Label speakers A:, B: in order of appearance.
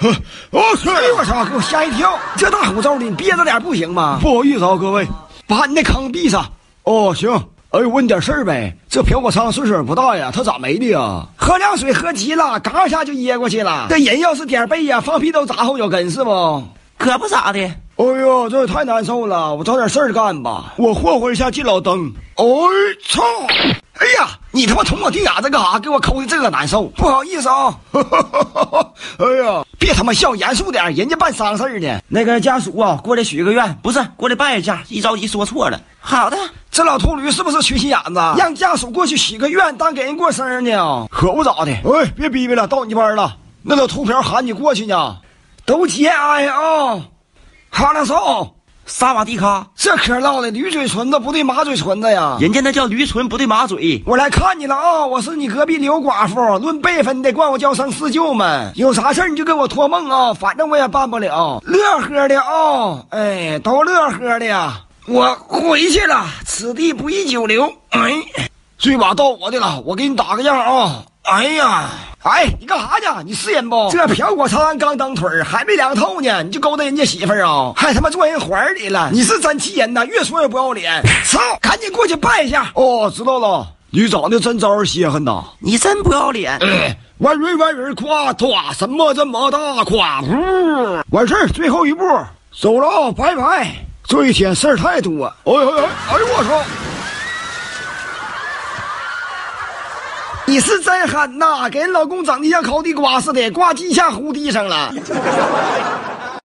A: 我去！
B: 哎呦我操，给我吓一跳！这大虎揍的，你憋着点不行吗？
A: 不好意思啊，各位。
B: 把你那坑闭上。
A: 哦，行。哎，问点事儿呗。这瓢粿汤岁数不大呀，他咋没的呀？
B: 喝凉水喝急了，嘎一下就噎过去了。这人要是点背呀，放屁都砸后脚跟是不？
C: 可不咋的。
A: 哎呦，这也太难受了，我找点事儿干吧。我霍霍一下进老灯。
B: 哎操！哎呀，你他妈捅我腚眼子干啥？给我抠的这个难受。不好意思 啊、
A: 哦。哎呀，
B: 别他妈笑，严肃点，人家办丧事儿呢。
C: 那个家属啊，过来许个愿，不是过来拜一下。一着急说错了。好的。
B: 这老秃驴是不是缺心眼子？让家属过去许个愿，当给人过生日呢？
A: 可不咋的。哎，别逼逼了，到你班了。那老秃瓢喊你过去呢，
B: 都节哀啊！哈拉少，
C: 萨瓦迪卡，
B: 这嗑唠的驴嘴唇子不对马嘴唇子呀！
C: 人家那叫驴唇不对马嘴。
B: 我来看你了啊、哦！我是你隔壁刘寡妇，论辈分得管我叫声四舅们。有啥事儿你就给我托梦啊、哦，反正我也办不了。乐呵的啊、哦，哎，都乐呵的呀。我回去了，此地不宜久留。哎，
A: 最把到我的了，我给你打个样啊、哦！
B: 哎呀，哎，你干啥去？你是人不？这瓢粿汤刚蹬腿还没凉透呢，你就勾搭人家媳妇儿啊？还他妈坐人怀里了？你是真气人呐！越说越不要脸！操，赶紧过去拜一下。
A: 哦，知道了。你长得真招人稀罕呐！呃
C: 你真不要脸！
A: 弯人弯人夸夸什么这么大夸？嗯，完事儿最后一步，走了啊，拜拜。这一天事儿太多，哎哎哎！哎呦我操！
B: 你是真憨呐，给人老公整的像烤地瓜似的，挂鸡下糊地上了。